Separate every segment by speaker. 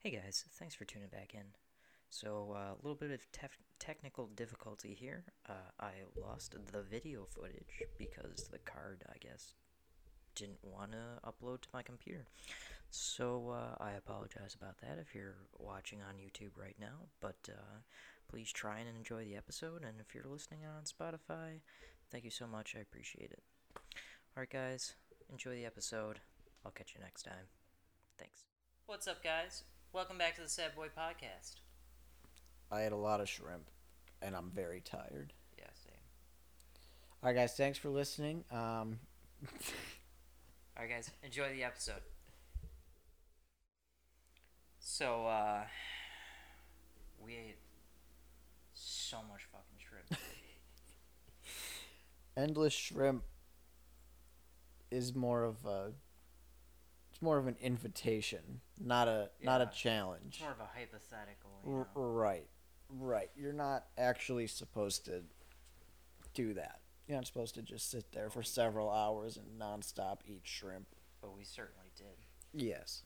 Speaker 1: Hey guys, thanks for tuning back in. So, uh, a little bit of tef- technical difficulty here. Uh, I lost the video footage because the card, I guess, didn't want to upload to my computer. So, uh, I apologize about that if you're watching on YouTube right now, but uh, please try and enjoy the episode. And if you're listening on Spotify, thank you so much. I appreciate it. Alright, guys, enjoy the episode. I'll catch you next time. Thanks.
Speaker 2: What's up, guys? Welcome back to the Sad Boy Podcast.
Speaker 3: I ate a lot of shrimp, and I'm very tired.
Speaker 2: Yeah, same.
Speaker 3: All right, guys, thanks for listening. Um,
Speaker 2: All right, guys, enjoy the episode. So, uh, we ate so much fucking shrimp.
Speaker 3: endless shrimp is more of a it's more of an invitation, not a not a
Speaker 2: Yeah.
Speaker 3: challenge.
Speaker 2: It's more of a hypothetical, you
Speaker 3: R-
Speaker 2: know.
Speaker 3: right, right. You're not actually supposed to do that. You're not supposed to just sit there for several hours and nonstop eat shrimp.
Speaker 2: But we certainly did.
Speaker 3: Yes.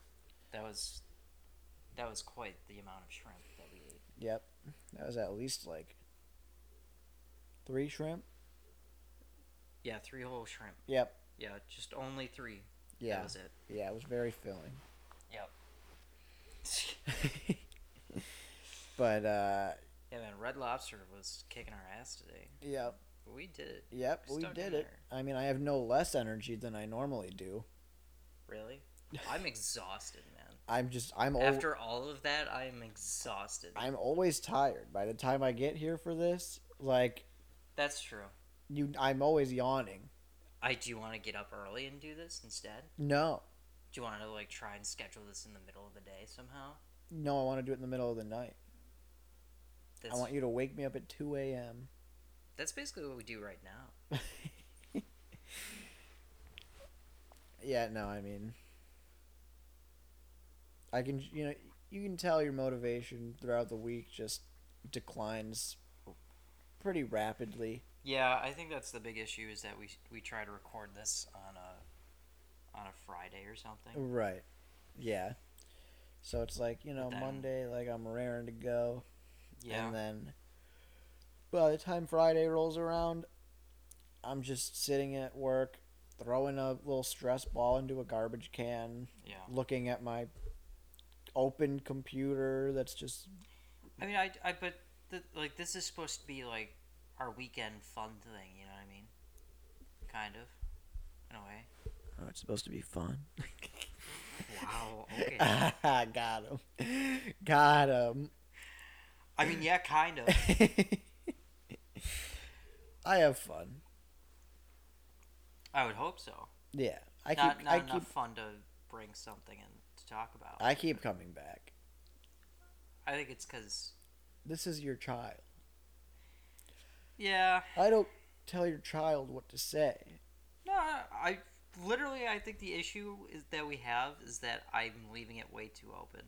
Speaker 2: That was that was quite the amount of shrimp that we ate.
Speaker 3: Yep. That was at least like three shrimp.
Speaker 2: Yeah, three whole shrimp.
Speaker 3: Yep.
Speaker 2: Yeah, just only three.
Speaker 3: Yeah.
Speaker 2: That was it.
Speaker 3: Yeah, it was very filling.
Speaker 2: Yep.
Speaker 3: But uh
Speaker 2: Yeah, man, Red Lobster was kicking our ass today.
Speaker 3: yep,
Speaker 2: We did it.
Speaker 3: yep, we
Speaker 2: Stuck
Speaker 3: did
Speaker 2: in
Speaker 3: it.
Speaker 2: there.
Speaker 3: I mean, I have no less energy than I normally do.
Speaker 2: Really? I'm exhausted, man.
Speaker 3: I'm just I'm al-
Speaker 2: After all of that, I am exhausted.
Speaker 3: I'm always tired. By the time I get here for this, like
Speaker 2: That's true.
Speaker 3: you I'm always yawning.
Speaker 2: I do you want to get up early and do this instead?
Speaker 3: No.
Speaker 2: Do you want to like try and schedule this in the middle of the day somehow?
Speaker 3: No, I want to do it in the middle of the night.
Speaker 2: That's,
Speaker 3: I want you to wake me up at 2 a.m.
Speaker 2: That's basically what we do right now.
Speaker 3: Yeah, no, I mean, I can, you know, you can tell your motivation throughout the week just declines pretty rapidly.
Speaker 2: Yeah, I think that's the big issue is that we we try to record this on a on a Friday or something.
Speaker 3: Right. Yeah. So it's like, you know,
Speaker 2: then-
Speaker 3: Monday, like I'm raring to go.
Speaker 2: Yeah.
Speaker 3: And then by the time Friday rolls around, I'm just sitting at work, throwing a little stress ball into a garbage can,
Speaker 2: yeah.
Speaker 3: looking at my open computer that's just
Speaker 2: I mean, I I but the, like this is supposed to be like our weekend fun thing, you know what I mean? Kind of. In a way.
Speaker 3: Oh, it's supposed to be fun.
Speaker 2: Wow. Okay.
Speaker 3: Got him. Got him.
Speaker 2: I mean, yeah, kind of.
Speaker 3: I have fun.
Speaker 2: I would hope so.
Speaker 3: Yeah. I
Speaker 2: not
Speaker 3: keep
Speaker 2: not
Speaker 3: I
Speaker 2: enough
Speaker 3: keep
Speaker 2: fun to bring something in to talk about. I,
Speaker 3: I keep coming back.
Speaker 2: think it's because
Speaker 3: This is your child.
Speaker 2: yeah,
Speaker 3: I don't tell your child what to say.
Speaker 2: no, I literally I think the issue is that we have is that I'm leaving it way too open.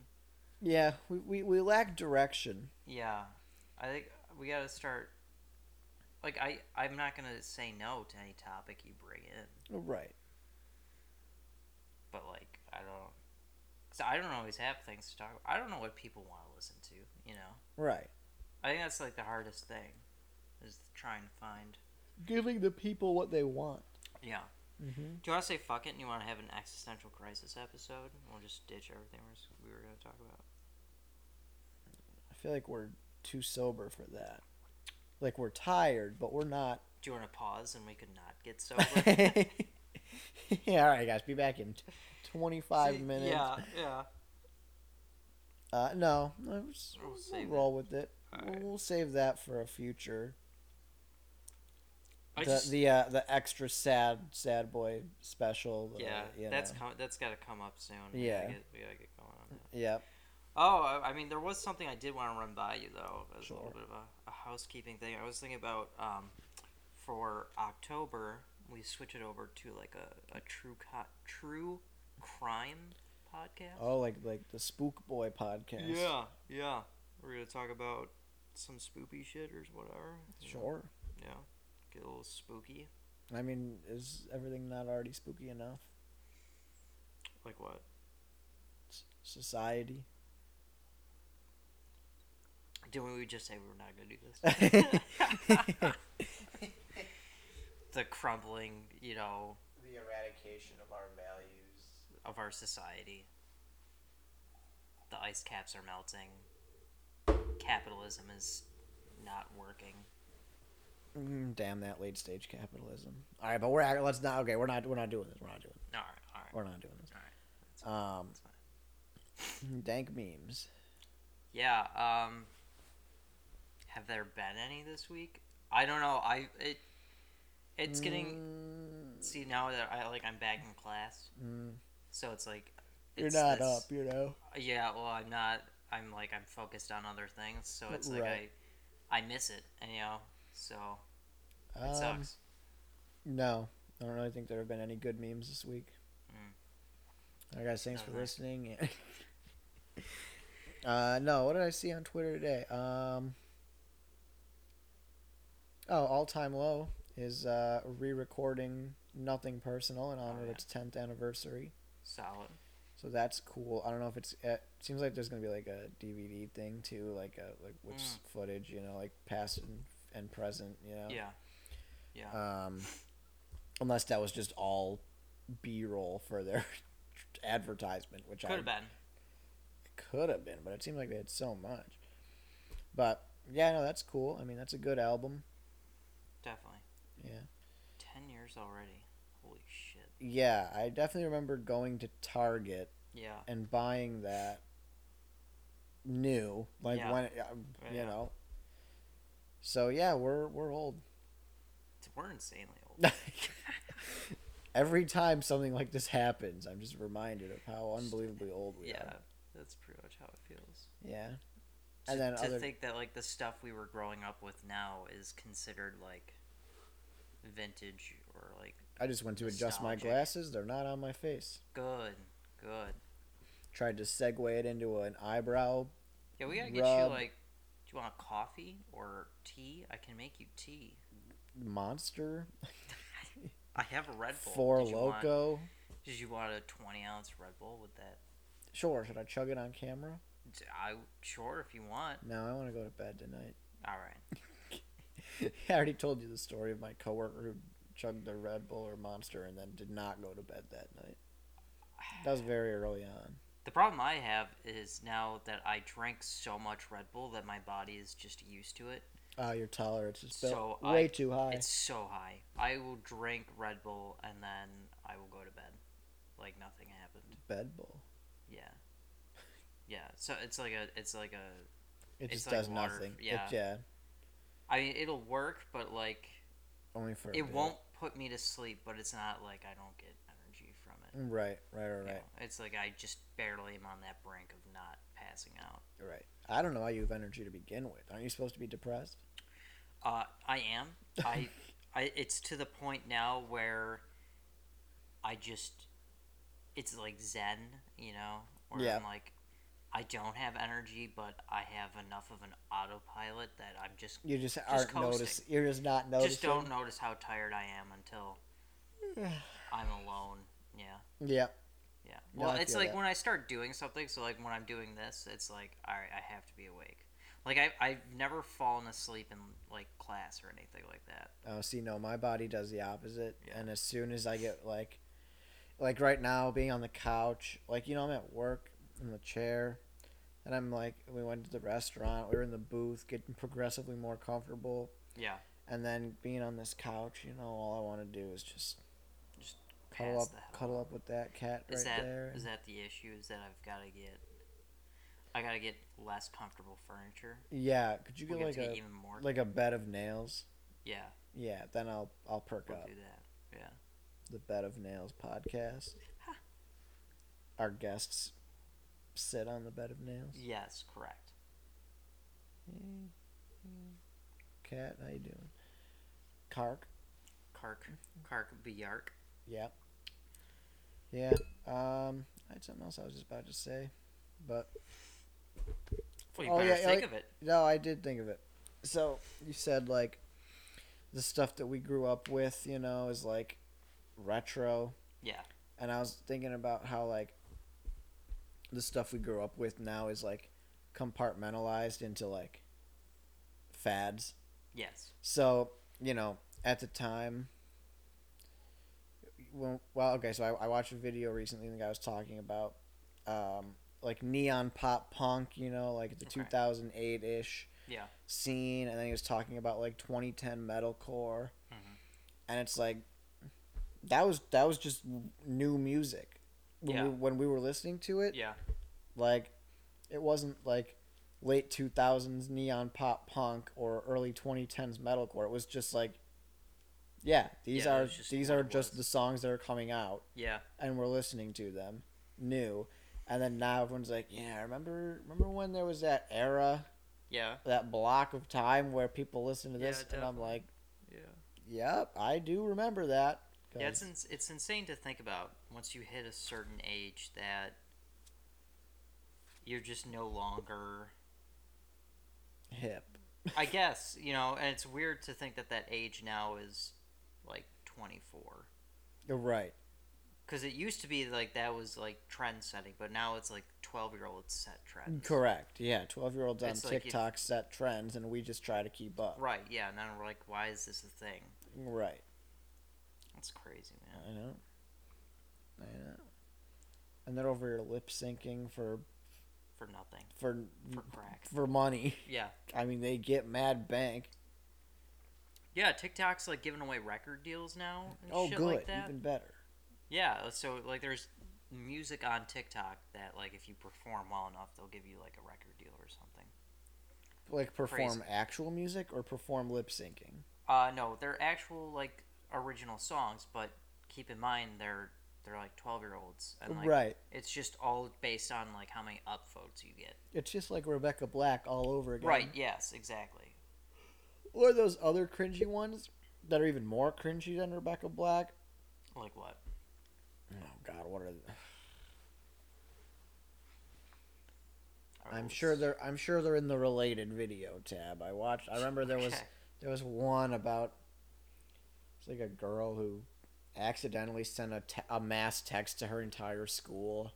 Speaker 3: Yeah, we, we, we lack direction.
Speaker 2: Yeah, I think we got to start. Like I I'm not gonna say no to any topic you bring in,
Speaker 3: Right.
Speaker 2: but like I don't. Cause I don't always have things to talk. about. I don't know what people want to listen to. You know,
Speaker 3: Right.
Speaker 2: I think that's like the hardest thing, is trying to find.
Speaker 3: Giving the people what they want.
Speaker 2: Yeah.
Speaker 3: Mm-hmm.
Speaker 2: Do you want to say fuck it and you want to have an existential crisis episode? We'll just ditch everything we're, s- we were going to talk about.
Speaker 3: I feel like we're too sober for that. Like we're tired, but we're not.
Speaker 2: Do you want to pause and we could not get sober?
Speaker 3: yeah, all right, guys. Be back in t- 25
Speaker 2: See,
Speaker 3: minutes.
Speaker 2: Yeah, yeah.
Speaker 3: Uh, no, no, just-
Speaker 2: We'll
Speaker 3: we'll,
Speaker 2: save
Speaker 3: roll with it.
Speaker 2: All
Speaker 3: We'll,
Speaker 2: right.
Speaker 3: we'll save that for a future.
Speaker 2: I
Speaker 3: the
Speaker 2: just,
Speaker 3: the uh, the extra sad sad boy special. uh,
Speaker 2: yeah,
Speaker 3: you
Speaker 2: that's
Speaker 3: know.
Speaker 2: com- that's got to come up soon.
Speaker 3: Yeah.
Speaker 2: We got to get, going on that.
Speaker 3: yep.
Speaker 2: Oh, I, I mean, there was something I did want to run by you, though. As a
Speaker 3: Sure.
Speaker 2: little bit of a, a housekeeping thing. I was thinking about um, for October, we switch it over to like a, a true, co- true crime podcast.
Speaker 3: Oh, like like the Spook Boy podcast.
Speaker 2: Yeah, yeah. We're gonna talk about some spoopy shit or whatever. you know?
Speaker 3: Sure.
Speaker 2: Yeah. Get a little spooky.
Speaker 3: I mean, is everything not already spooky enough?
Speaker 2: Like what?
Speaker 3: S- society.
Speaker 2: Didn't we just say we were not going to do this? the crumbling, you know,
Speaker 4: The eradication of our values.
Speaker 2: of our society. The ice caps are melting. Capitalism is not working.
Speaker 3: Mm, damn that late stage capitalism. All right, but we're act- let's not. Okay, we're not. We're not doing this. We're not doing.
Speaker 2: All right, all right.
Speaker 3: We're not doing this.
Speaker 2: All right.
Speaker 3: Um,
Speaker 2: That's fine.
Speaker 3: dank memes.
Speaker 2: Yeah. Um, have there been any this week? I don't know. I it it's getting
Speaker 3: Mm,
Speaker 2: see now that I like I'm back in class,
Speaker 3: mm.
Speaker 2: so it's like
Speaker 3: you're
Speaker 2: it's
Speaker 3: not
Speaker 2: this-
Speaker 3: up. You know.
Speaker 2: Yeah. Well, I'm not. I'm like I'm focused on other things, so it's like
Speaker 3: Right.
Speaker 2: I I miss it. And, you know, so it
Speaker 3: Um,
Speaker 2: sucks.
Speaker 3: No, I don't really think there have been any good memes this week. All right, guys, thanks
Speaker 2: No,
Speaker 3: for
Speaker 2: thanks.
Speaker 3: listening. uh, no, what did I see on Twitter today? Um, oh, all time low is uh, re-recording nothing personal in honor of
Speaker 2: yeah.
Speaker 3: its tenth anniversary.
Speaker 2: Solid.
Speaker 3: So that's cool. I don't know if it's. It seems like there's gonna be like a DVD thing too, like a, like which
Speaker 2: Mm.
Speaker 3: footage, you know, like past and, and present, you know.
Speaker 2: Yeah. Yeah.
Speaker 3: Um, unless that was just all B-roll for their advertisement, which
Speaker 2: Could
Speaker 3: I
Speaker 2: have been.
Speaker 3: could have been, but it seemed like they had so much. But yeah, no, that's cool. I mean, that's a good album.
Speaker 2: Definitely.
Speaker 3: Yeah.
Speaker 2: Ten years already. Holy shit.
Speaker 3: Yeah, I definitely remember going to Target
Speaker 2: Yeah.
Speaker 3: and buying that new, like
Speaker 2: Yeah.
Speaker 3: when uh, you
Speaker 2: Yeah.
Speaker 3: know. So yeah, we're we're old.
Speaker 2: We're insanely old.
Speaker 3: Every time something like this happens, I'm just reminded of how unbelievably old we
Speaker 2: yeah,
Speaker 3: are.
Speaker 2: that's pretty much how it feels.
Speaker 3: Yeah.
Speaker 2: To,
Speaker 3: And then
Speaker 2: to
Speaker 3: other
Speaker 2: think that like the stuff we were growing up with now is considered like vintage or like
Speaker 3: I just went to adjust my
Speaker 2: Nostalgic.
Speaker 3: glasses. They're not on my face.
Speaker 2: good, good.
Speaker 3: Tried to segue it into an eyebrow.
Speaker 2: Yeah, we gotta get
Speaker 3: Rob-
Speaker 2: you like. Do you want coffee or tea? I can make you tea.
Speaker 3: Monster
Speaker 2: I have a Red Bull.
Speaker 3: four
Speaker 2: Did you want-
Speaker 3: loco.
Speaker 2: did you want a twenty ounce Red Bull with that?
Speaker 3: Sure, should I chug it on camera?
Speaker 2: D- I sure if you want.
Speaker 3: No, I want to go to bed tonight.
Speaker 2: All right.
Speaker 3: I already told you the story of my coworker who chugged a Red Bull or Monster and then did not go to bed that night. That was very early on.
Speaker 2: The problem I have is now that I drank so much Red Bull that my body is just used to it.
Speaker 3: Ah, your tolerance is
Speaker 2: So
Speaker 3: built way
Speaker 2: I-
Speaker 3: too high.
Speaker 2: It's so high. I will drink Red Bull and then I will go to bed, like nothing happened.
Speaker 3: Bed Bull.
Speaker 2: Yeah, yeah. So it's like a, it's like a.
Speaker 3: It
Speaker 2: It's
Speaker 3: just
Speaker 2: like
Speaker 3: does
Speaker 2: water-
Speaker 3: nothing.
Speaker 2: yeah.
Speaker 3: It, yeah.
Speaker 2: I mean, it'll work, but like
Speaker 3: Only for a
Speaker 2: it
Speaker 3: bit.
Speaker 2: won't put me to sleep. But it's not like I don't get energy from it.
Speaker 3: Right, right, right,
Speaker 2: you
Speaker 3: right,
Speaker 2: know? It's like I just barely am on that brink of not passing out.
Speaker 3: right. I don't know how you have energy to begin with. Aren't you supposed to be depressed?
Speaker 2: Uh, I am. I, I. It's to the point now where I just, it's like Zen, you know, where
Speaker 3: Yeah.
Speaker 2: I'm like, I don't have energy, but I have enough of an autopilot that I'm just
Speaker 3: You just, aren't
Speaker 2: coasting.
Speaker 3: notice. You're just not noticing.
Speaker 2: just don't notice how tired I am until I'm alone. Yeah.
Speaker 3: Yeah.
Speaker 2: Yeah.
Speaker 3: No,
Speaker 2: Well,
Speaker 3: I
Speaker 2: it's
Speaker 3: feel
Speaker 2: like
Speaker 3: that.
Speaker 2: when I start doing something. So like when I'm doing this, it's like all right, I have to be awake. Like I, I've never fallen asleep in like class or anything like that.
Speaker 3: Oh, see, no, my body does the opposite.
Speaker 2: Yeah.
Speaker 3: And as soon as I get like, like right now, being on the couch, like you know, I'm at work in the chair, and I'm like, we went to the restaurant, we were in the booth, getting progressively more comfortable,
Speaker 2: Yeah.
Speaker 3: and then being on this couch, you know, all I want to do is just
Speaker 2: Just
Speaker 3: cuddle
Speaker 2: pass
Speaker 3: up,
Speaker 2: the hell
Speaker 3: cuddle up with that cat
Speaker 2: Is
Speaker 3: right
Speaker 2: that is
Speaker 3: there.
Speaker 2: that the issue? Is that I've got to get I got to get less comfortable furniture.
Speaker 3: yeah, could you
Speaker 2: We'll
Speaker 3: get
Speaker 2: get
Speaker 3: like
Speaker 2: to get
Speaker 3: a
Speaker 2: even more.
Speaker 3: like a bed of nails?
Speaker 2: yeah,
Speaker 3: Yeah, then I'll I'll perk
Speaker 2: we'll
Speaker 3: up.
Speaker 2: do that. Yeah.
Speaker 3: the Bed of Nails podcast. Our guests sit on the Bed of Nails.
Speaker 2: Yes, correct.
Speaker 3: Cat, how you doing? Kark.
Speaker 2: Kark Kark Bjark.
Speaker 3: Yep. Yeah. Um, I had something else I was just about to say, but
Speaker 2: Well, you
Speaker 3: Oh,
Speaker 2: better
Speaker 3: yeah, yeah,
Speaker 2: think
Speaker 3: like-
Speaker 2: of it.
Speaker 3: no, I did think of it. So you said like the stuff that we grew up with, you know, is like retro.
Speaker 2: Yeah.
Speaker 3: and I was thinking about how like the stuff we grew up with now is like compartmentalized into like fads.
Speaker 2: Yes.
Speaker 3: So you know, at the time, well, well okay. So I, I watched a video recently, and the guy was talking about um, like neon pop punk, you know, like the
Speaker 2: Okay.
Speaker 3: two thousand eight ish
Speaker 2: Yeah.
Speaker 3: scene, and then he was talking about like twenty ten metalcore,
Speaker 2: Mhm.
Speaker 3: and it's like that was that was just new music. When,
Speaker 2: Yeah.
Speaker 3: we, when we were listening to it,
Speaker 2: Yeah.
Speaker 3: like it wasn't like late 2000s neon pop punk or early 2010s metalcore it was just like yeah these
Speaker 2: Yeah, it
Speaker 3: are
Speaker 2: was just
Speaker 3: these
Speaker 2: what
Speaker 3: are
Speaker 2: it
Speaker 3: just
Speaker 2: was.
Speaker 3: the songs that are coming out
Speaker 2: Yeah.
Speaker 3: and we're listening to them new and then now everyone's like yeah remember remember when there was that era
Speaker 2: Yeah.
Speaker 3: that block of time where people listened to
Speaker 2: Yeah,
Speaker 3: this and i'm
Speaker 2: definitely.
Speaker 3: like
Speaker 2: Yeah.
Speaker 3: yep i do remember that
Speaker 2: Yeah, it's
Speaker 3: 'cause-
Speaker 2: ins- it's insane to think about once you hit a certain age that you're just no longer.
Speaker 3: hip
Speaker 2: I guess you know, and it's weird to think that that age now is like 24
Speaker 3: you're right
Speaker 2: because it used to be like that was like trend setting, but now it's like 12 year olds set trends.
Speaker 3: correct yeah 12 year olds on
Speaker 2: It's like if-
Speaker 3: tiktok set trends and we just try to keep up
Speaker 2: Right? Yeah. And then we're like, why is this a thing?
Speaker 3: Right.
Speaker 2: That's crazy, man.
Speaker 3: I know. I know. And they're over here lip syncing for
Speaker 2: For nothing.
Speaker 3: for
Speaker 2: For
Speaker 3: Mm.
Speaker 2: crack.
Speaker 3: for money.
Speaker 2: Yeah.
Speaker 3: I mean, they get mad bank.
Speaker 2: Yeah. TikTok's like giving away record deals now. And
Speaker 3: Oh,
Speaker 2: shit
Speaker 3: good,
Speaker 2: Like that.
Speaker 3: even better.
Speaker 2: Yeah, uh, so like there's music on TikTok that like if you perform well enough, they'll give you like a record deal or something.
Speaker 3: Like perform
Speaker 2: Crazy.
Speaker 3: actual music or perform lip syncing.
Speaker 2: Uh no, they're actual like original songs, but keep in mind they're they're like 12-year-olds and like
Speaker 3: right.
Speaker 2: it's just all based on like how many upvotes you get.
Speaker 3: It's just like Rebecca Black all over again.
Speaker 2: Right, yes, exactly.
Speaker 3: Or those other cringy ones that are even more cringy than Rebecca Black.
Speaker 2: Like what?
Speaker 3: Oh God, what are? They?
Speaker 2: Alright,
Speaker 3: I'm
Speaker 2: let's-
Speaker 3: sure they're. I'm sure they're in the related video tab. I watched. I remember there was.
Speaker 2: Okay.
Speaker 3: There was one about it's like a girl who accidentally sent a, te- a mass text to her entire school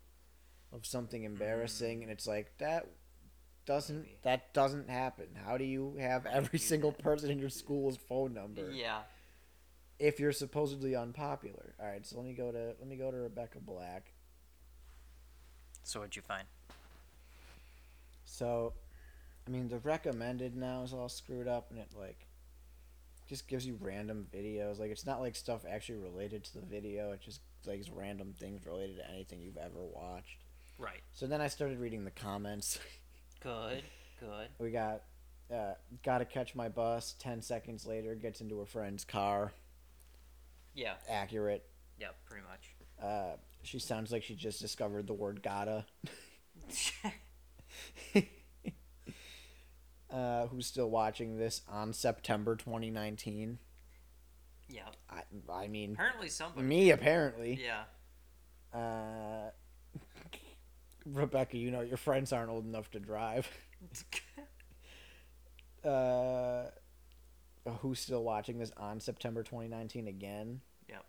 Speaker 3: of something embarrassing, and it's like that doesn't
Speaker 2: Maybe.
Speaker 3: that doesn't happen. How do you have every
Speaker 2: do
Speaker 3: single
Speaker 2: that?
Speaker 3: person in your school's phone number
Speaker 2: Yeah.
Speaker 3: if you're supposedly unpopular? All right, so let me go to let me go to Rebecca Black.
Speaker 1: So what'd you find?
Speaker 3: So, I mean, the recommended now is all screwed up, and it like just gives you random videos. Like, it's not like stuff actually related to the video. It just like is random things related to anything you've ever watched.
Speaker 2: Right.
Speaker 3: So then I started reading the comments.
Speaker 2: Good. Good.
Speaker 3: we got. Uh, gotta catch my bus. Ten seconds later, gets into a friend's car.
Speaker 2: Yeah.
Speaker 3: Accurate.
Speaker 2: Yeah, pretty much.
Speaker 3: Uh, she sounds like she just discovered the word "gotta." Uh, who's still watching this on September 2019?
Speaker 2: yeah.
Speaker 3: I, I mean,
Speaker 2: Apparently somebody
Speaker 3: me apparently.
Speaker 2: Yeah.
Speaker 3: Uh, Rebecca, you know your friends aren't old enough to drive. Uh, who's still watching this on September 2019 again?
Speaker 2: Yep.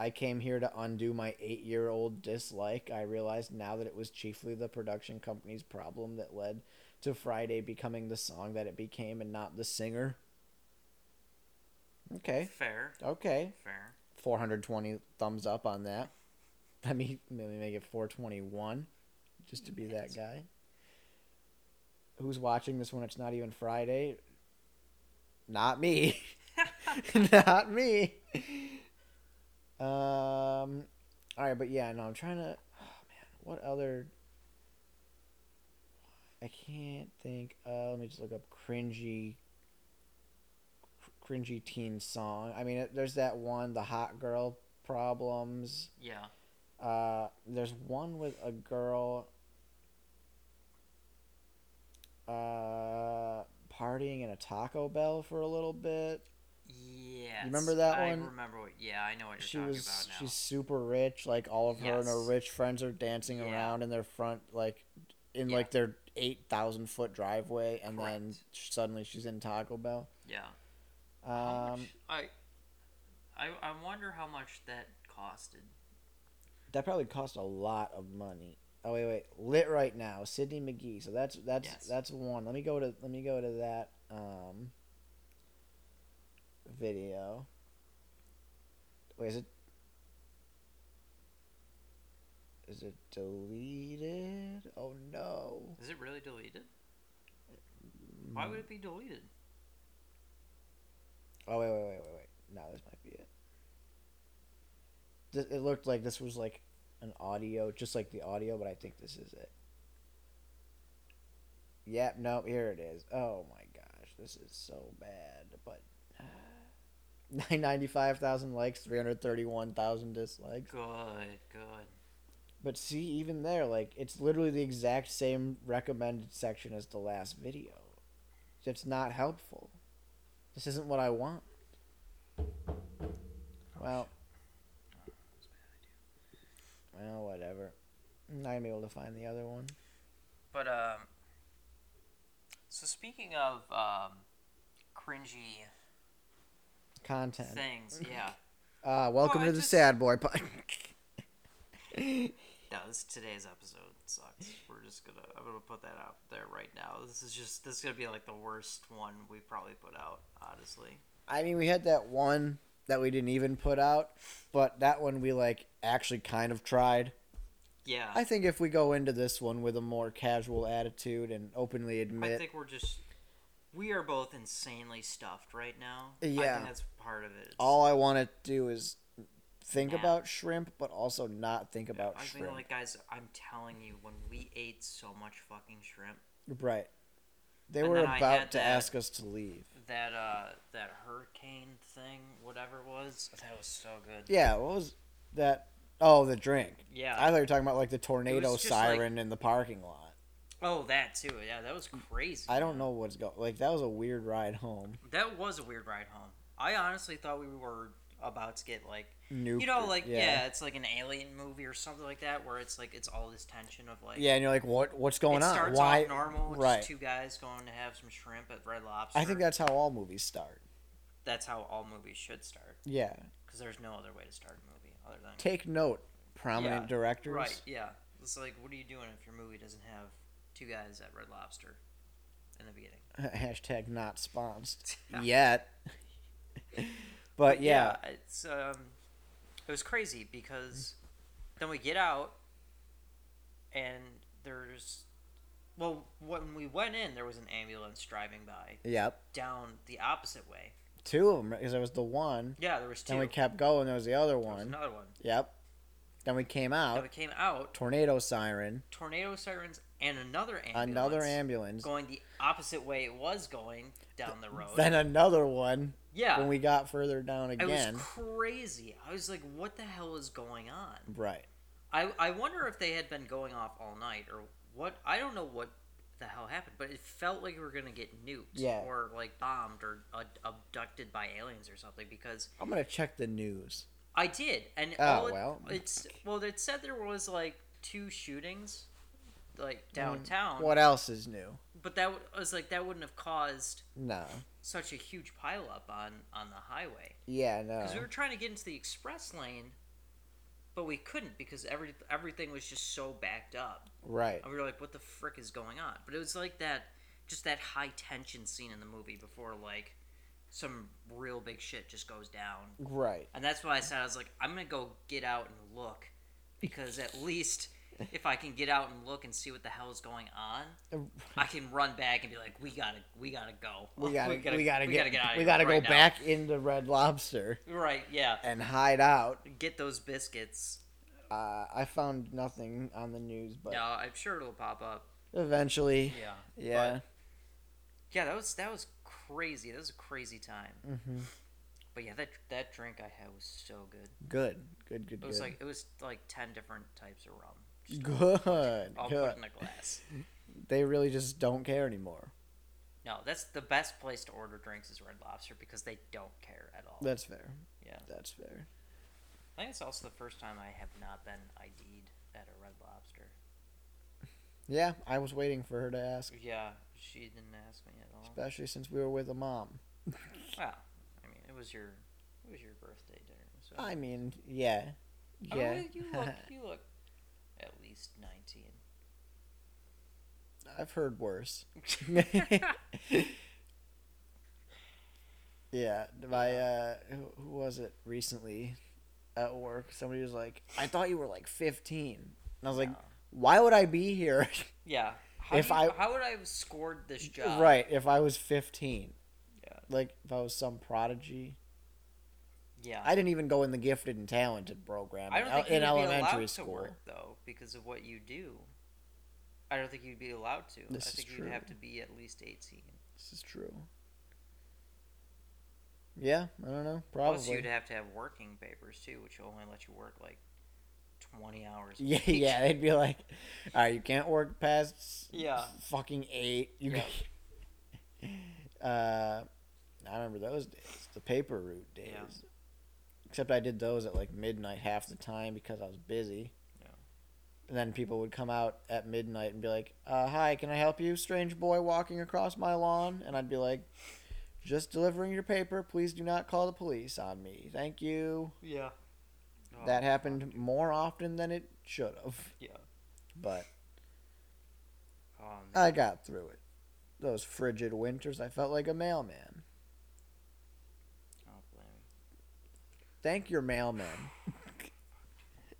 Speaker 3: I came here to undo my eight-year-old dislike. I realized now that it was chiefly the production company's problem that led to Friday becoming the song that it became, and not the singer. Okay.
Speaker 2: Fair.
Speaker 3: Okay.
Speaker 2: Fair.
Speaker 3: 420 thumbs up on that. Let me let me make it 421, just to be that guy. Who's watching this when it's not even Friday? Not me. not me. Um. All right, but yeah, no, I'm trying to. Oh man, what other? I can't think. Uh, let me just look up cringy cringy teen song. I mean, it- there's that one, the hot girl problems.
Speaker 2: Yeah.
Speaker 3: Uh, there's one with a girl uh, partying in a Taco Bell for a little bit.
Speaker 2: Yes.
Speaker 3: remember that
Speaker 2: I
Speaker 3: one?
Speaker 2: remember what. Yeah, I know what you're
Speaker 3: She
Speaker 2: talking
Speaker 3: was
Speaker 2: about now.
Speaker 3: she's super rich. Like all of her and her
Speaker 2: Yes.
Speaker 3: rich friends are dancing
Speaker 2: Yeah.
Speaker 3: around in their front, like in
Speaker 2: Yeah.
Speaker 3: like their eight thousand foot driveway, and then
Speaker 2: Correct.
Speaker 3: suddenly she's in Taco Bell.
Speaker 2: Yeah. How
Speaker 3: Um,
Speaker 2: much, I, I I wonder how much that costed.
Speaker 3: That probably cost a lot of money. Oh wait, wait, lit right now, Sydney McGee. So that's that's
Speaker 2: Yes.
Speaker 3: that's one. Let me go to let me go to that. um, video. Wait, is it? Is it deleted? Oh no!
Speaker 2: Is it really deleted? Why would it be deleted?
Speaker 3: Oh wait, wait, wait, wait, wait. No, this might be it. Th- It looked like this was like an audio, just like the audio, but I think this is it. Yep, nope, here it is. Oh my gosh, this is so bad. But nine ninety five thousand likes, three hundred thirty one thousand dislikes.
Speaker 2: Good, good.
Speaker 3: But see, even there, like it's literally the exact same recommended section as the last video. It's not helpful. This isn't what I want. Well, Oh, well, whatever. I'm not gonna be able to find the other one.
Speaker 2: But um, so speaking of um, cringy
Speaker 3: Content.
Speaker 2: things, yeah,
Speaker 3: Uh, welcome
Speaker 2: Oh, I
Speaker 3: to the
Speaker 2: just-
Speaker 3: sad boy pod.
Speaker 2: no, this today's episode sucks. We're just gonna, I'm gonna put that out there right now. This is just, this is gonna be like the worst one we probably put out, honestly.
Speaker 3: I mean, we had that one that we didn't even put out, but that one we like actually kind of tried.
Speaker 2: Yeah,
Speaker 3: I think if we go into this one with a more casual attitude and openly admit,
Speaker 2: I think we're just, we are both insanely stuffed right now. I
Speaker 3: Yeah.
Speaker 2: think that's part of it. It's-
Speaker 3: all I want to do is think
Speaker 2: Yeah.
Speaker 3: about shrimp, but also not think about
Speaker 2: I think
Speaker 3: shrimp.
Speaker 2: like guys, I'm telling you, when we ate so much fucking shrimp,
Speaker 3: right. They
Speaker 2: And
Speaker 3: were
Speaker 2: then I
Speaker 3: about
Speaker 2: had
Speaker 3: to
Speaker 2: that-
Speaker 3: ask us to leave.
Speaker 2: that uh, that hurricane thing, whatever it was, that was so good.
Speaker 3: Yeah, what was that? Oh, the drink.
Speaker 2: Yeah.
Speaker 3: I thought you were talking about like the tornado
Speaker 2: just, like-
Speaker 3: siren in the parking lot.
Speaker 2: Oh, that too. Yeah, that was crazy.
Speaker 3: Mm. I don't know what's going. Like that was a weird ride home.
Speaker 2: That was a weird ride home. I honestly thought we were about to get like,
Speaker 3: Nuked
Speaker 2: you know,
Speaker 3: or-
Speaker 2: like yeah.
Speaker 3: yeah,
Speaker 2: it's like an alien movie or something like that, where it's like it's all this tension of like
Speaker 3: Yeah, and you're like, what? What's
Speaker 2: It
Speaker 3: going on?
Speaker 2: starts
Speaker 3: Why?
Speaker 2: off normal, just
Speaker 3: right.
Speaker 2: two guys going to have some shrimp at Red Lobster.
Speaker 3: I think that's how all movies start.
Speaker 2: that's how all movies should start,
Speaker 3: Yeah.
Speaker 2: because there's no other way to start a movie other than
Speaker 3: Take note, prominent
Speaker 2: Yeah,
Speaker 3: directors.
Speaker 2: Right, yeah. It's like, what are you doing if your movie doesn't have two guys at Red Lobster in the beginning?
Speaker 3: Hashtag not sponsored yet. but yeah,
Speaker 2: it's um, it was crazy because then we get out and there's well, when we went in, there was an ambulance driving by
Speaker 3: yep.
Speaker 2: down the opposite way.
Speaker 3: Two of them because there was the one.
Speaker 2: Yeah, there was two.
Speaker 3: Then we kept going. There was the other
Speaker 2: there was
Speaker 3: one.
Speaker 2: another one.
Speaker 3: Yep. Then we came
Speaker 2: Then
Speaker 3: out.
Speaker 2: we came out,
Speaker 3: Tornado siren.
Speaker 2: tornado sirens, and another ambulance.
Speaker 3: Another ambulance.
Speaker 2: going the opposite way it was going down the road.
Speaker 3: Then another one.
Speaker 2: yeah,
Speaker 3: When we got further down
Speaker 2: It
Speaker 3: again.
Speaker 2: was crazy. I was like, what the hell is going on?
Speaker 3: right.
Speaker 2: I, I wonder if they had been going off all night or what. I don't know what the hell happened, but it felt like we were going to get nuked
Speaker 3: Yeah.
Speaker 2: or like bombed or ad- abducted by aliens or something because
Speaker 3: I'm gonna check the news.
Speaker 2: I did. And
Speaker 3: Oh,
Speaker 2: all it-
Speaker 3: well.
Speaker 2: It's, well, it said there was like two shootings like
Speaker 3: Mm,
Speaker 2: downtown,
Speaker 3: What else is new?
Speaker 2: but that w- I was like, that wouldn't have caused
Speaker 3: No.
Speaker 2: such a huge pileup on, on the highway.
Speaker 3: Yeah. No.
Speaker 2: because we were trying to get into the express lane, but we couldn't because every everything was just so backed up.
Speaker 3: Right.
Speaker 2: And we were like, "What the frick is going on?" But it was like that, just that high tension scene in the movie before like some real big shit just goes down,
Speaker 3: Right.
Speaker 2: and that's why I said I was like, "I'm gonna go get out and look," because at least if I can get out and look and see what the hell is going on,
Speaker 3: Uh,
Speaker 2: I can run back and be like, "We gotta, we gotta go.
Speaker 3: We gotta, we gotta,
Speaker 2: we
Speaker 3: get,
Speaker 2: gotta get out. Of
Speaker 3: we
Speaker 2: here
Speaker 3: gotta
Speaker 2: right now."
Speaker 3: go back into Red Lobster
Speaker 2: Right? Yeah.
Speaker 3: and hide out.
Speaker 2: Get those biscuits.
Speaker 3: Uh, I found nothing on the news, but
Speaker 2: No, I'm sure it'll pop up.
Speaker 3: eventually,
Speaker 2: Yeah.
Speaker 3: yeah,
Speaker 2: Yeah, that was that was crazy. That was a crazy time.
Speaker 3: hmm
Speaker 2: But yeah, that that drink I had was so good.
Speaker 3: good, good, good,
Speaker 2: It was
Speaker 3: good.
Speaker 2: like it was like ten different types of rum. Just
Speaker 3: good,
Speaker 2: all
Speaker 3: good.
Speaker 2: put in a glass.
Speaker 3: They really just don't care anymore.
Speaker 2: No, that's the best place to order drinks is Red Lobster because they don't care at all.
Speaker 3: That's fair.
Speaker 2: yeah,
Speaker 3: That's fair.
Speaker 2: I think it's also the first time I have not been ID'd at a Red Lobster.
Speaker 3: Yeah, I was waiting for her to ask,
Speaker 2: Yeah, she didn't ask me at all.
Speaker 3: especially since we were with a mom.
Speaker 2: Well, I mean, it was your it was your birthday dinner. So.
Speaker 3: I mean, yeah,
Speaker 2: Oh,
Speaker 3: yeah.
Speaker 2: you look you look at least nineteen.
Speaker 3: I've heard worse. Yeah, my uh, who- who was it recently at work? Somebody was like, "I thought you were like 15," and I was like,
Speaker 2: No.
Speaker 3: "Why would I be here?
Speaker 2: Yeah. How
Speaker 3: If
Speaker 2: do you-
Speaker 3: I-
Speaker 2: how would I have scored this job?
Speaker 3: right? If I was 15,
Speaker 2: Yeah.
Speaker 3: like if I was some prodigy,
Speaker 2: Yeah.
Speaker 3: I didn't even go in the gifted and talented program
Speaker 2: I
Speaker 3: in
Speaker 2: don't
Speaker 3: el-
Speaker 2: think you'd
Speaker 3: in
Speaker 2: be
Speaker 3: elementary
Speaker 2: allowed to
Speaker 3: school.
Speaker 2: work though because of what you do. I don't think you'd be allowed to.
Speaker 3: This
Speaker 2: I
Speaker 3: is
Speaker 2: think
Speaker 3: true.
Speaker 2: you'd have to be at least 18.
Speaker 3: This is true. Yeah, I don't know.
Speaker 2: Plus, you'd
Speaker 3: Probably.
Speaker 2: have to have working papers too, which will only let you work like 20 hours. a
Speaker 3: Yeah,
Speaker 2: week.
Speaker 3: yeah, they'd be like, "All right, you can't work past s-
Speaker 2: Yeah.
Speaker 3: fucking eight. You
Speaker 2: Yeah.
Speaker 3: got- uh, I remember those days, the paper route days.
Speaker 2: Yeah.
Speaker 3: Except I did those at like midnight half the time because I was busy.
Speaker 2: Yeah.
Speaker 3: And then people would come out at midnight and be like, uh, "Hi, can I help you, strange boy walking across my lawn?" And I'd be like, "Just delivering your paper. Please do not call the police on me. Thank you."
Speaker 2: Yeah. Oh,
Speaker 3: that happened more often than it should have.
Speaker 2: Yeah.
Speaker 3: But
Speaker 2: Oh, man.
Speaker 3: I got through it. Those frigid winters, I felt like a mailman.
Speaker 2: I don't blame you.
Speaker 3: Thank your mailman.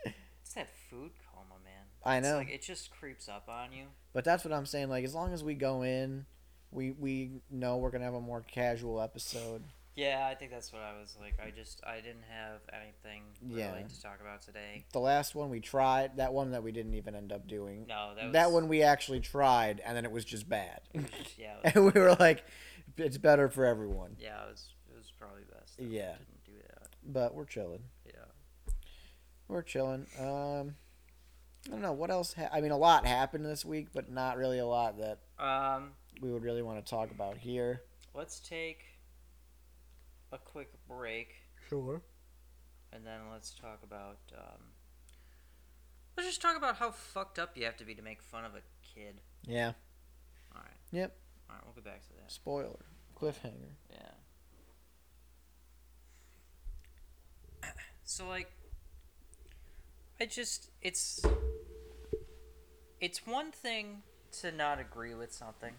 Speaker 2: It's that food coma, man.
Speaker 3: I
Speaker 2: It's
Speaker 3: know.
Speaker 2: like it just creeps up on you.
Speaker 3: But that's what I'm saying. Like, as long as we go in, we we know we're gonna have a more casual episode.
Speaker 2: Yeah, I think that's what I was like. I just I didn't have anything really
Speaker 3: Yeah.
Speaker 2: to talk about today.
Speaker 3: The last one we tried, that one that we didn't even end up doing.
Speaker 2: No, that
Speaker 3: That,
Speaker 2: was
Speaker 3: one we actually tried, and then it was just bad.
Speaker 2: Yeah, it was-
Speaker 3: and we were like, it's better for everyone.
Speaker 2: yeah, it was it was probably best. that we
Speaker 3: Yeah.
Speaker 2: didn't do that.
Speaker 3: But we're chilling.
Speaker 2: Yeah,
Speaker 3: We're chilling. Um, I don't know what else. Ha- I mean, a lot happened this week, but not really a lot that
Speaker 2: Um,
Speaker 3: we would really want to talk about here.
Speaker 2: let's take a quick break
Speaker 3: Sure.
Speaker 2: and then let's talk about um Let's just talk about how fucked up you have to be to make fun of a kid.
Speaker 3: Yeah.
Speaker 2: All right.
Speaker 3: Yep.
Speaker 2: All right, we'll get back to that.
Speaker 3: Spoiler. Cliffhanger.
Speaker 2: Yeah. So like I just it's it's one thing to not agree with something.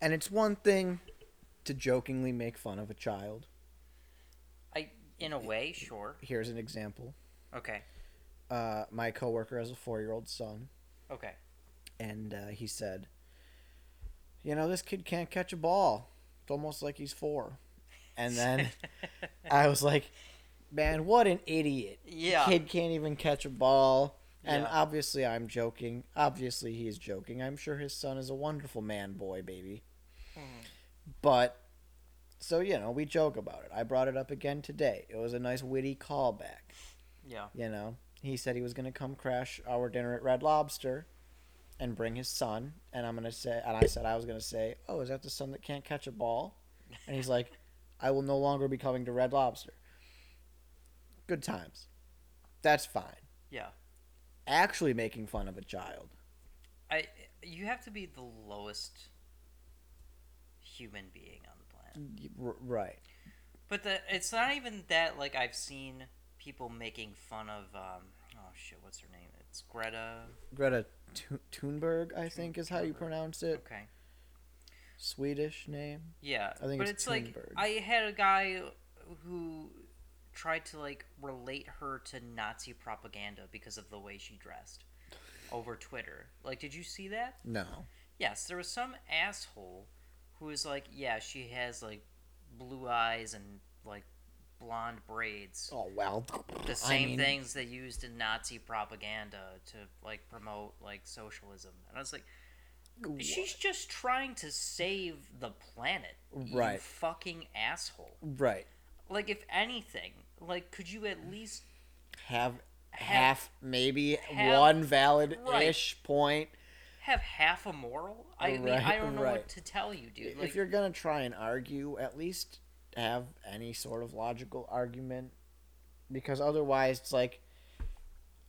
Speaker 3: And it's one thing to jokingly make fun of a child.
Speaker 2: I in a way, sure.
Speaker 3: Here's an example.
Speaker 2: Okay.
Speaker 3: Uh, my coworker has a four-year-old son,
Speaker 2: Okay.
Speaker 3: and uh, he said, "You know, this kid can't catch a ball. It's almost like he's four. And then I was like, "Man, what an idiot!
Speaker 2: Yeah.
Speaker 3: Kid can't even catch a ball." And
Speaker 2: Yeah.
Speaker 3: obviously, I'm joking. Obviously, he's joking. I'm sure his son is a wonderful man, boy, baby.
Speaker 2: Mhm.
Speaker 3: But so you know, we joke about it. I brought it up again today. It was a nice witty callback.
Speaker 2: Yeah.
Speaker 3: You know, he said he was going to come crash our dinner at Red Lobster and bring his son. And I'm going to say, and I said I was going to say, oh, is that the son that can't catch a ball? And he's like, I will no longer be coming to Red Lobster. Good times. That's fine.
Speaker 2: Yeah.
Speaker 3: Actually making fun of a child.
Speaker 2: I you have to be the lowest human being on the planet.
Speaker 3: Y- r- right.
Speaker 2: But the, it's not even that. Like I've seen people making fun of. Um, oh shit! What's her name? It's Greta.
Speaker 3: Greta Thun- Thunberg, I think, is how you
Speaker 2: Thunberg.
Speaker 3: pronounce it.
Speaker 2: Okay.
Speaker 3: Swedish name.
Speaker 2: Yeah.
Speaker 3: I think
Speaker 2: but
Speaker 3: it's
Speaker 2: it's, like
Speaker 3: Thunberg.
Speaker 2: I had a guy who tried to like relate her to Nazi propaganda because of the way she dressed over Twitter. Like, did you see that?
Speaker 3: No.
Speaker 2: Yes, there was some asshole who was like, yeah, she has like blue eyes and like blonde braids.
Speaker 3: Oh well.
Speaker 2: the same
Speaker 3: mean-
Speaker 2: things they used in Nazi propaganda to like promote like socialism. And I was like, she's just trying to save the planet, You
Speaker 3: Right.
Speaker 2: fucking asshole.
Speaker 3: Right.
Speaker 2: Like, if anything, like, could you at least
Speaker 3: Have
Speaker 2: Have-
Speaker 3: half, maybe
Speaker 2: have-
Speaker 3: one valid ish
Speaker 2: Right.
Speaker 3: point.
Speaker 2: have half a moral? I mean,
Speaker 3: Right,
Speaker 2: I don't know
Speaker 3: right.
Speaker 2: what to tell you, dude. Like,
Speaker 3: if you're gonna try and argue, at least have any sort of logical argument, because otherwise it's like.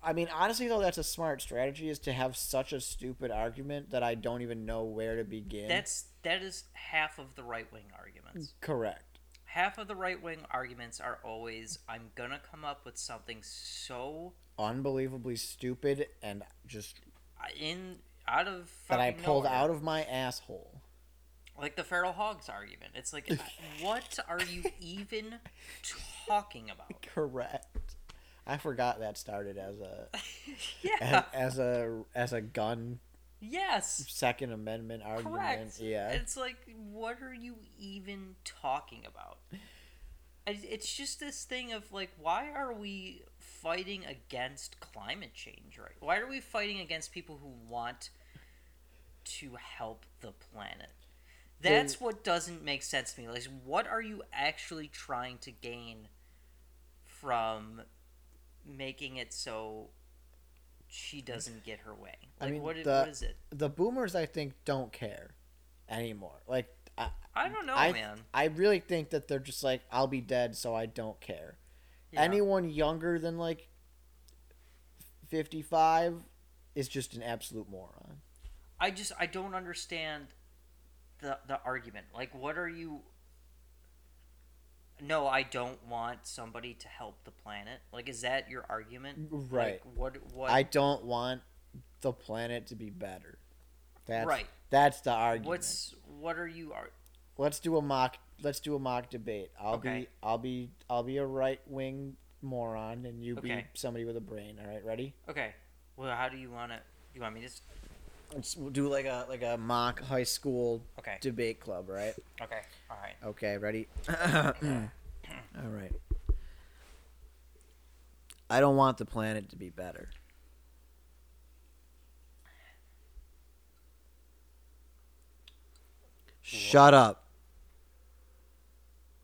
Speaker 3: I mean, honestly, though, that's a smart strategy is to have such a stupid argument that I don't even know where to begin.
Speaker 2: that's that is half of the right wing
Speaker 3: Mm.
Speaker 2: arguments.
Speaker 3: correct.
Speaker 2: Half of the right wing arguments are always, I'm gonna come up with something so
Speaker 3: Unbelievably stupid and just
Speaker 2: uh, in out of
Speaker 3: that I
Speaker 2: fucking
Speaker 3: pulled
Speaker 2: nowhere.
Speaker 3: out of my asshole.
Speaker 2: Like the feral hogs argument. It's like, "Uh, what are you even talking about?
Speaker 3: Correct. I forgot that started as a
Speaker 2: yeah.
Speaker 3: as, as a as a gun
Speaker 2: yes.
Speaker 3: Second Amendment argument.
Speaker 2: Correct.
Speaker 3: Yeah.
Speaker 2: It's like, what are you even talking about? And It's just this thing of like, why are we fighting against climate change, right? Why are we fighting against people who want to help the planet? That's what doesn't make sense to me. Like, what are you actually trying to gain from making it so she doesn't get her way?
Speaker 3: I
Speaker 2: Like,
Speaker 3: mean,
Speaker 2: what, i-
Speaker 3: the-
Speaker 2: what is it?
Speaker 3: the boomers I think don't care anymore. Like I,
Speaker 2: I don't know,
Speaker 3: I
Speaker 2: man.
Speaker 3: I really think that they're just like I'll be dead so I don't care.
Speaker 2: Yeah.
Speaker 3: Anyone younger than like 55 is just an absolute moron.
Speaker 2: I just I don't understand the the argument. Like, what are you? No, I don't want somebody to help the planet. Like, is that your argument?
Speaker 3: Right.
Speaker 2: Like, what? What?
Speaker 3: I don't want the planet to be better. That's
Speaker 2: Right.
Speaker 3: That's the argument.
Speaker 2: what's? What are you? Ar-
Speaker 3: Let's do a mock let's do a mock debate. I'll
Speaker 2: Okay.
Speaker 3: be I'll be I'll be a right-wing moron and you be
Speaker 2: Okay.
Speaker 3: somebody with a brain, all right? Ready?
Speaker 2: okay. Well, how do you want to? You want me to? s-
Speaker 3: Let's we'll do like a like a mock high school
Speaker 2: Okay.
Speaker 3: debate club, right?
Speaker 2: Okay. All right.
Speaker 3: Okay, ready? All right. I don't want the planet to be better. Shut up.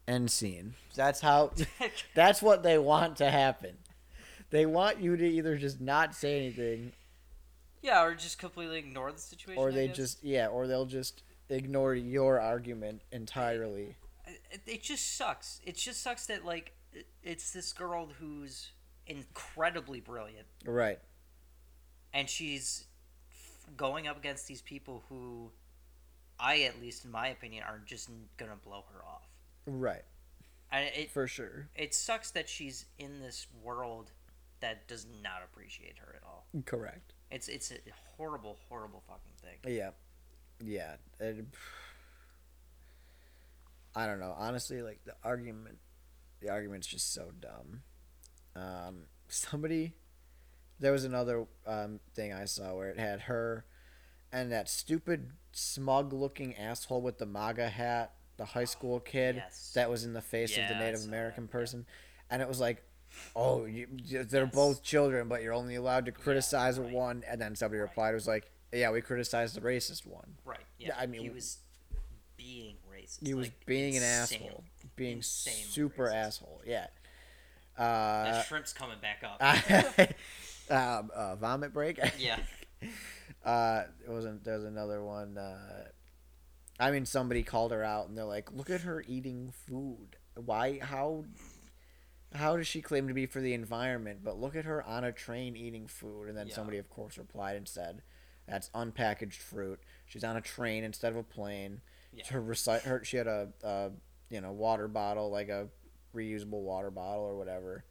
Speaker 3: End scene. That's how that's what they want to happen. They want you to either just not say anything
Speaker 2: Yeah, or just completely ignore the situation.
Speaker 3: or
Speaker 2: I
Speaker 3: they
Speaker 2: guess.
Speaker 3: just yeah, or they'll just ignore your argument entirely.
Speaker 2: it, it just sucks. It just sucks that like it- it's this girl who's incredibly brilliant
Speaker 3: Right.
Speaker 2: and she's f- going up against these people who I at least in my opinion are just n- gonna blow her off.
Speaker 3: Right.
Speaker 2: And it
Speaker 3: For sure.
Speaker 2: it sucks that she's in this world that does not appreciate her at all.
Speaker 3: Correct.
Speaker 2: It's it's a horrible horrible fucking thing.
Speaker 3: Yeah. Yeah. It- I don't know. Honestly, like the argument, the argument's just so dumb. Um, somebody, there was another um, thing I saw where it had her and that stupid smug looking asshole with the MAGA hat, the high school kid
Speaker 2: Oh, yes.
Speaker 3: that was in the face of
Speaker 2: Yeah,
Speaker 3: the
Speaker 2: I
Speaker 3: Native
Speaker 2: saw
Speaker 3: American
Speaker 2: that, yeah.
Speaker 3: person. And it was like, oh, you, you- they're
Speaker 2: Yes.
Speaker 3: both children, but you're only allowed to criticize
Speaker 2: right.
Speaker 3: one. And then somebody replied, was like, yeah, we criticized the racist one.
Speaker 2: Right. Yeah.
Speaker 3: Yeah, I mean-
Speaker 2: he was being racist.
Speaker 3: He was
Speaker 2: like,
Speaker 3: being an
Speaker 2: insanely.
Speaker 3: asshole, being
Speaker 2: insanely
Speaker 3: super
Speaker 2: racist.
Speaker 3: asshole. Yeah.
Speaker 2: That
Speaker 3: Uh,
Speaker 2: shrimp's coming back up.
Speaker 3: um, uh, vomit break.
Speaker 2: yeah.
Speaker 3: Uh, it wasn't. There's another one. Uh, I mean, somebody called her out, and they're like, "Look at her eating food. Why? How? How does she claim to be for the environment? But look at her on a train eating food." And then
Speaker 2: Yeah.
Speaker 3: somebody, of course, replied and said, "That's unpackaged fruit. She's on a train instead of a plane.
Speaker 2: Yeah.
Speaker 3: Her recite her. She had a, a you know water bottle, like a reusable water bottle or whatever.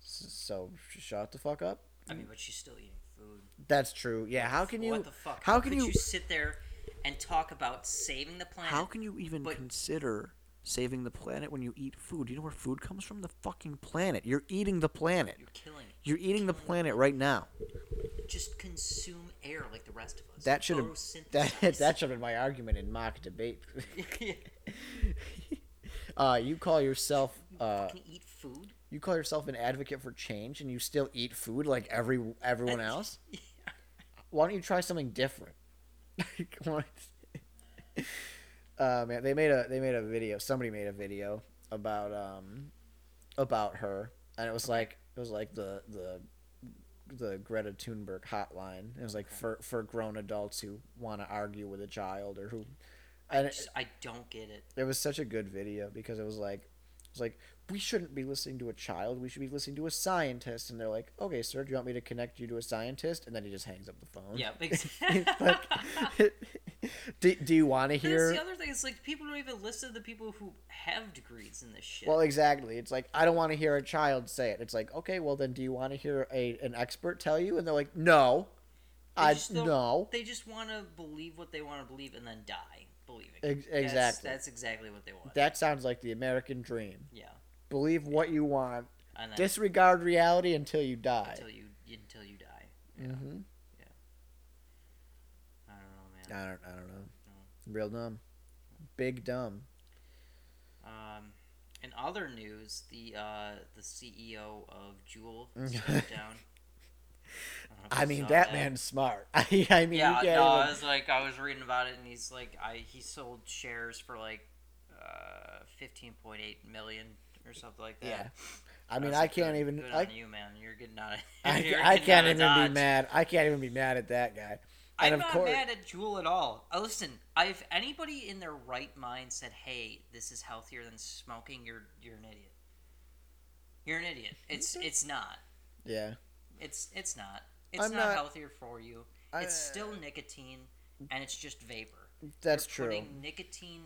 Speaker 3: S- So shut the fuck up.
Speaker 2: I mean, but she's still eating food.
Speaker 3: That's true. Yeah. How can you?
Speaker 2: what the fuck?
Speaker 3: How can
Speaker 2: could
Speaker 3: you?
Speaker 2: you sit there and talk about saving the planet?
Speaker 5: How can you even
Speaker 2: But-
Speaker 5: consider saving the planet when you eat food? You know where food comes from? The fucking planet. You're eating the planet.
Speaker 2: You're killing it.
Speaker 5: You're eating the planet right now.
Speaker 2: Just consume air like the rest of us.
Speaker 3: That should have that
Speaker 2: Photosynthesize.
Speaker 3: that should have been my argument in mock debate. Uh, you call yourself uh,
Speaker 2: Fucking eat food.
Speaker 3: you call yourself an advocate for change, and you still eat food like every everyone else. Why don't you try something different? Like, what? uh, man, they made a they made a video. Somebody made a video about um about her, and it was like it was like the the the Greta Thunberg hotline. It was like for for grown adults who want to argue with a child or who. And it,
Speaker 2: Just, I don't get it.
Speaker 3: it was such a good video because it was like it was like we shouldn't be listening to a child we should be listening to a scientist and they're like okay sir do you want me to connect you to a scientist and then he just hangs up the phone
Speaker 2: Yeah.
Speaker 3: It's
Speaker 2: But
Speaker 3: like, do, do you want to
Speaker 2: That's the
Speaker 3: hear
Speaker 2: other thing. It's like people don't even listen to the people who have degrees in this shit.
Speaker 3: well exactly it's like i don't want to hear a child say it it's like okay well then do you want to hear a an expert tell you and they're like no
Speaker 2: They
Speaker 3: i
Speaker 2: just don't-
Speaker 3: no
Speaker 2: They just want to believe what they want to believe and then die. believing.
Speaker 3: Ex-
Speaker 2: That's-
Speaker 3: exactly.
Speaker 2: That's, exactly what they want.
Speaker 3: That sounds like the American dream.
Speaker 2: yeah.
Speaker 3: Believe what you want.
Speaker 2: And then
Speaker 3: Disregard reality until you die.
Speaker 2: until you until you die. Yeah.
Speaker 3: Mm-hmm.
Speaker 2: I don't
Speaker 3: I
Speaker 2: know, man.
Speaker 3: don't. I don't know. Real dumb. Big dumb.
Speaker 2: Um, in other news, the uh, the CEO of Jewel stepped down. don't know if
Speaker 3: I
Speaker 2: you
Speaker 3: mean,
Speaker 2: saw
Speaker 3: that
Speaker 2: that.
Speaker 3: man's smart. I, I mean,
Speaker 2: yeah,
Speaker 3: you
Speaker 2: no,
Speaker 3: can't
Speaker 2: I
Speaker 3: even-
Speaker 2: was like, I was reading about it, and he's like, I he sold shares for like uh, fifteen point eight million or something like that.
Speaker 3: Yeah. I mean,
Speaker 2: was
Speaker 3: I
Speaker 2: like,
Speaker 3: can't
Speaker 2: good-
Speaker 3: even.
Speaker 2: Good
Speaker 3: I,
Speaker 2: on you, man. You're getting out of.
Speaker 3: I,
Speaker 2: you're
Speaker 3: I
Speaker 2: getting
Speaker 3: can't
Speaker 2: out
Speaker 3: even
Speaker 2: of
Speaker 3: be
Speaker 2: Dodge.
Speaker 3: mad. I can't even be mad at that guy.
Speaker 2: I'm
Speaker 3: And of
Speaker 2: not
Speaker 3: course-
Speaker 2: mad at Jewel at all. Uh, listen, I- if anybody in their right mind said, "Hey, this is healthier than smoking," you're you're an idiot. You're an idiot. It's it's not.
Speaker 3: Yeah.
Speaker 2: It's it's not. It's
Speaker 3: I'm
Speaker 2: not,
Speaker 3: not-
Speaker 2: healthier for you.
Speaker 3: I-
Speaker 2: it's still nicotine, and it's just vapor.
Speaker 3: That's
Speaker 2: You're
Speaker 3: true.
Speaker 2: Putting nicotine,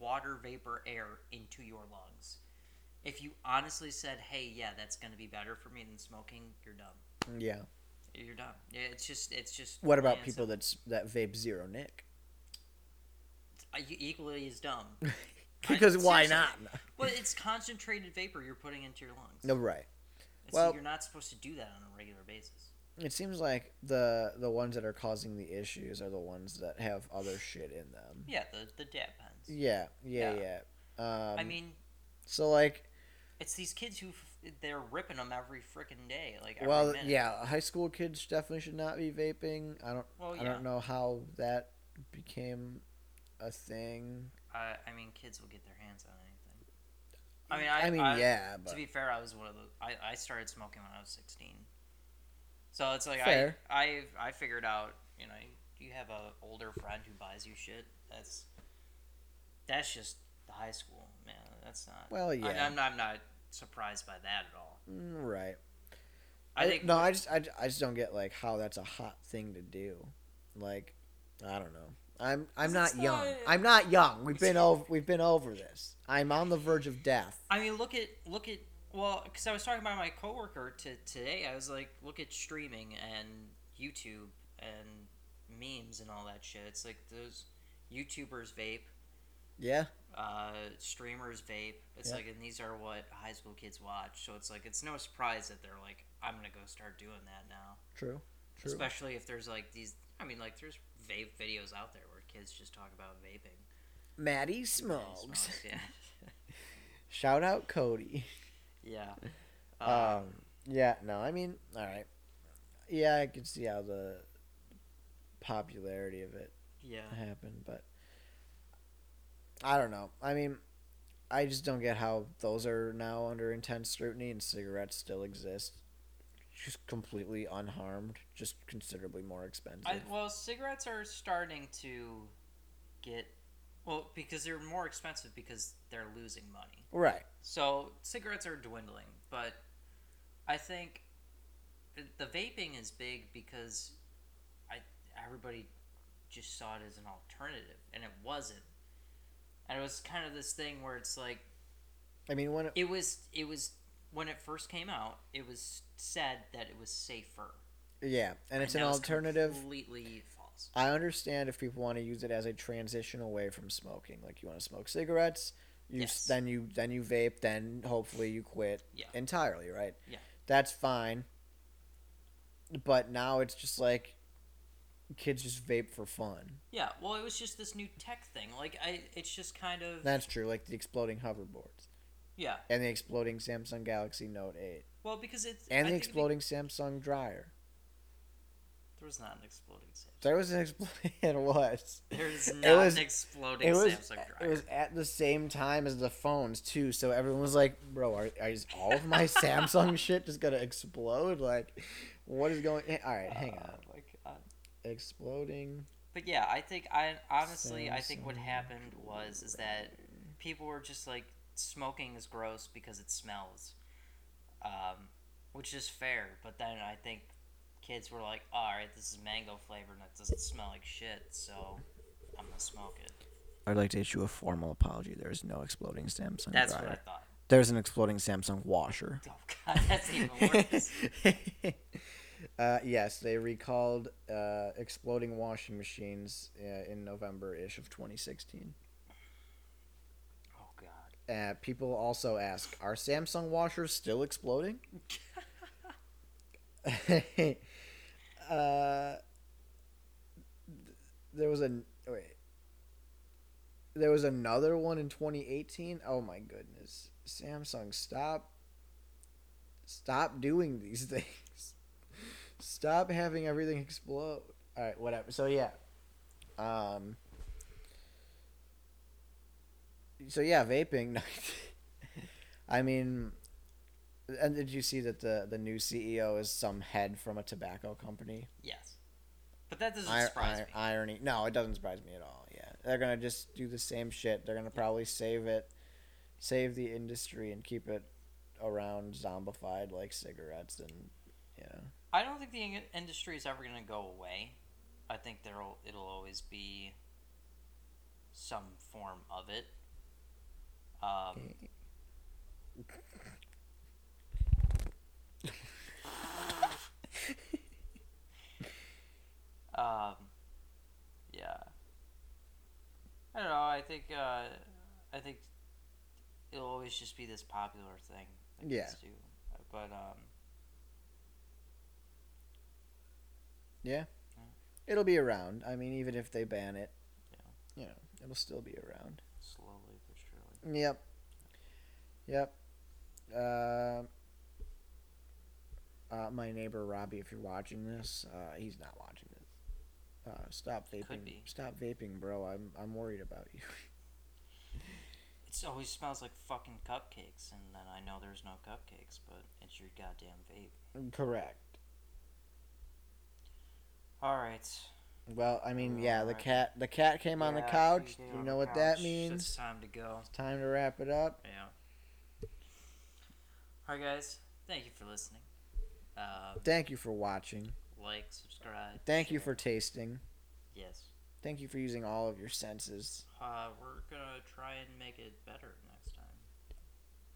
Speaker 2: water vapor, air into your lungs. If you honestly said, "Hey, yeah, that's going to be better for me than smoking," you're dumb.
Speaker 3: Yeah.
Speaker 2: You're dumb. Yeah, It's just it's just.
Speaker 3: What about
Speaker 2: plain and
Speaker 3: people that's that vape zero Nick?
Speaker 2: Uh, you equally as dumb.
Speaker 3: Because why
Speaker 2: seriously.
Speaker 3: not?
Speaker 2: Well, it's concentrated vapor you're putting into your lungs.
Speaker 3: No, right.
Speaker 2: And
Speaker 3: well-
Speaker 2: so you're not supposed to do that on a regular basis.
Speaker 3: It seems like the the ones that are causing the issues are the ones that have other shit in them.
Speaker 2: Yeah, the the dab pens.
Speaker 3: Yeah, yeah, yeah.
Speaker 2: Yeah.
Speaker 3: Um,
Speaker 2: I mean,
Speaker 3: so like,
Speaker 2: it's these kids who f- they're ripping them every freaking day. Like every
Speaker 3: well,
Speaker 2: minute.
Speaker 3: yeah, high school kids definitely should not be vaping. I don't,
Speaker 2: Well,
Speaker 3: I
Speaker 2: yeah.
Speaker 3: don't know how that became a thing.
Speaker 2: I, I mean, kids will get their hands on anything. I mean, I,
Speaker 3: I mean,
Speaker 2: I-
Speaker 3: yeah, but
Speaker 2: To be fair, I was one of those. I, I started smoking when I was sixteen. So it's like
Speaker 3: Fair.
Speaker 2: I I I figured out. You know, you have a older friend who buys you shit. That's that's just the high school man. That's not.
Speaker 3: Well, yeah.
Speaker 2: I, I'm not, I'm not surprised by that at all.
Speaker 3: Mm, right.
Speaker 2: I, think
Speaker 3: no, I just, I, I just don't get like how that's a hot thing to do. Like, I don't know. I'm, I'm
Speaker 2: 'Cause
Speaker 3: not
Speaker 2: it's not-
Speaker 3: young. I'm not young. We've been over, we've been over this. I'm on the verge of death.
Speaker 2: I mean, look at look at well, because I was talking about my coworker to today. I was like, look at streaming and YouTube and memes and all that shit. It's like those YouTubers vape,
Speaker 3: Yeah.
Speaker 2: uh, streamers vape. It's
Speaker 3: Yeah.
Speaker 2: like, and these are what high school kids watch. So it's like, it's no surprise that they're like, I'm gonna go start doing that now.
Speaker 3: True. True.
Speaker 2: Especially if there's like these. I mean, like there's vape videos out there where kids just talk about vaping.
Speaker 3: Maddie
Speaker 2: and
Speaker 3: smokes.
Speaker 2: smokes, Yeah.
Speaker 3: Shout out Cody.
Speaker 2: yeah. Uh,
Speaker 3: Um, yeah, no, I mean, all right. Yeah, I can see how the popularity of it
Speaker 2: yeah.
Speaker 3: happened, but I don't know. I mean, I just don't get how those are now under intense scrutiny and cigarettes still exist, just completely unharmed, just considerably more expensive.
Speaker 2: I, well, cigarettes are starting to get well because they're more expensive because they're losing money.
Speaker 3: right.
Speaker 2: So cigarettes are dwindling, but I think the vaping is big because I everybody just saw it as an alternative, and it wasn't. And it was kind of this thing where it's like
Speaker 3: I mean, when it,
Speaker 2: it was it was when it first came out, it was said that it was safer,
Speaker 3: yeah, and it's an
Speaker 2: that was
Speaker 3: alternative.
Speaker 2: Completely false.
Speaker 3: I understand if people want to use it as a transition away from smoking. Like you want to smoke cigarettes, you s
Speaker 2: Yes.
Speaker 3: then you then you vape, then hopefully you quit
Speaker 2: Yeah.
Speaker 3: entirely, right?
Speaker 2: Yeah.
Speaker 3: That's fine. But now it's just like kids just vape for fun.
Speaker 2: Yeah, well, it was just this new tech thing. Like, I, it's just kind of
Speaker 3: That's true, like the exploding hoverboards
Speaker 2: yeah.
Speaker 3: and the exploding Samsung Galaxy Note 8
Speaker 2: Well, because it's
Speaker 3: and
Speaker 2: I
Speaker 3: the
Speaker 2: think it be-
Speaker 3: exploding Samsung dryer.
Speaker 2: there was not an exploding Samsung.
Speaker 3: There was an exploding it was.
Speaker 2: There was not
Speaker 3: was-
Speaker 2: an exploding
Speaker 3: it was
Speaker 2: Samsung dryer.
Speaker 3: it was at the same time as the phones too, so everyone was like, "Bro, are, are is all of my Samsung shit just gonna explode? Like, what is going? All right, hang
Speaker 2: Uh,
Speaker 3: on,
Speaker 2: like, uh,
Speaker 3: exploding.
Speaker 2: but yeah, I think I honestly I think what
Speaker 3: Samsung
Speaker 2: happened was is that people were just like smoking is gross because it smells, um, which is fair. But then I think kids were like, all right, this is mango flavored and it doesn't smell like shit, so I'm gonna smoke it.
Speaker 5: I'd like to issue a formal apology. There is no exploding Samsung
Speaker 2: That's
Speaker 5: dryer.
Speaker 2: what I thought.
Speaker 5: There's an exploding Samsung washer.
Speaker 2: Oh god, that's even worse.
Speaker 3: Uh, yes, they recalled uh, exploding washing machines uh, in November ish of 2016.
Speaker 2: Oh God.
Speaker 3: Uh, people also ask, are Samsung washers still exploding? uh, there was a wait. There was another one in 2018. Oh my goodness, Samsung, stop, stop doing these things. Stop having everything explode. All right, whatever. So yeah, um, so yeah, vaping. I mean, and did you see that the the new CEO is some head from a tobacco company?
Speaker 2: Yes. But that doesn't
Speaker 3: Ir-
Speaker 2: surprise
Speaker 3: ir-
Speaker 2: me.
Speaker 3: Irony. No, it doesn't surprise me at all. Yeah, they're gonna just do the same shit. They're gonna probably save it, save the industry, and keep it around zombified like cigarettes and yeah.
Speaker 2: I don't think the in- industry is ever going to go away. I think there'll it'll always be some form of it. Um, um, yeah. I don't know. I think uh, I think it'll always just be this popular thing. that
Speaker 3: Yeah.
Speaker 2: kids do. But um, Yeah.
Speaker 3: Yeah. It'll be around. I mean, even if they ban it,
Speaker 2: Yeah.
Speaker 3: you know, it'll still be around.
Speaker 2: slowly but surely.
Speaker 3: Yep. Yep. Um uh, my neighbor Robbie, if you're watching this, uh, he's not watching this. Uh, stop vaping.
Speaker 2: be.
Speaker 3: Stop vaping, bro. I'm I'm worried about you.
Speaker 2: It always smells like fucking cupcakes, and then I know there's no cupcakes, but it's your goddamn vape.
Speaker 3: Correct.
Speaker 2: All right.
Speaker 3: Well, I mean, yeah, the
Speaker 2: Alright.
Speaker 3: cat the cat came on the
Speaker 2: Oh, Yeah,
Speaker 3: couch.
Speaker 2: came
Speaker 3: You
Speaker 2: on
Speaker 3: know
Speaker 2: the
Speaker 3: what that
Speaker 2: couch. It's
Speaker 3: means.
Speaker 2: time to go.
Speaker 3: Time to wrap it up.
Speaker 2: Yeah. All right, guys. Thank you for listening. Uh,
Speaker 3: Thank you for watching.
Speaker 2: like, subscribe.
Speaker 3: Thank you
Speaker 2: share.
Speaker 3: for tasting.
Speaker 2: Yes.
Speaker 3: Thank you for using all of your senses.
Speaker 2: Uh, we're gonna try and make it better next time.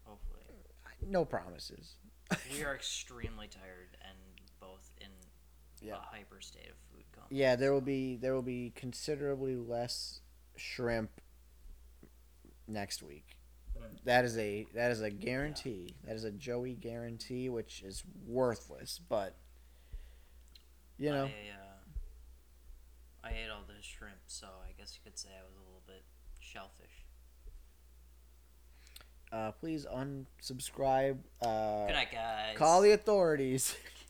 Speaker 2: Hopefully.
Speaker 3: No promises.
Speaker 2: we are extremely tired and both in
Speaker 3: Yeah.
Speaker 2: a hyper state of food coma.
Speaker 3: Yeah, there will be there will be considerably less shrimp next week. That is a that is a guarantee. That is a Joey guarantee, which is worthless. But you know,
Speaker 2: I, uh, I ate all the shrimp, so I guess you could say I was a little bit shellfish.
Speaker 3: uh, please unsubscribe. Uh,
Speaker 2: Good night, guys.
Speaker 3: call the authorities.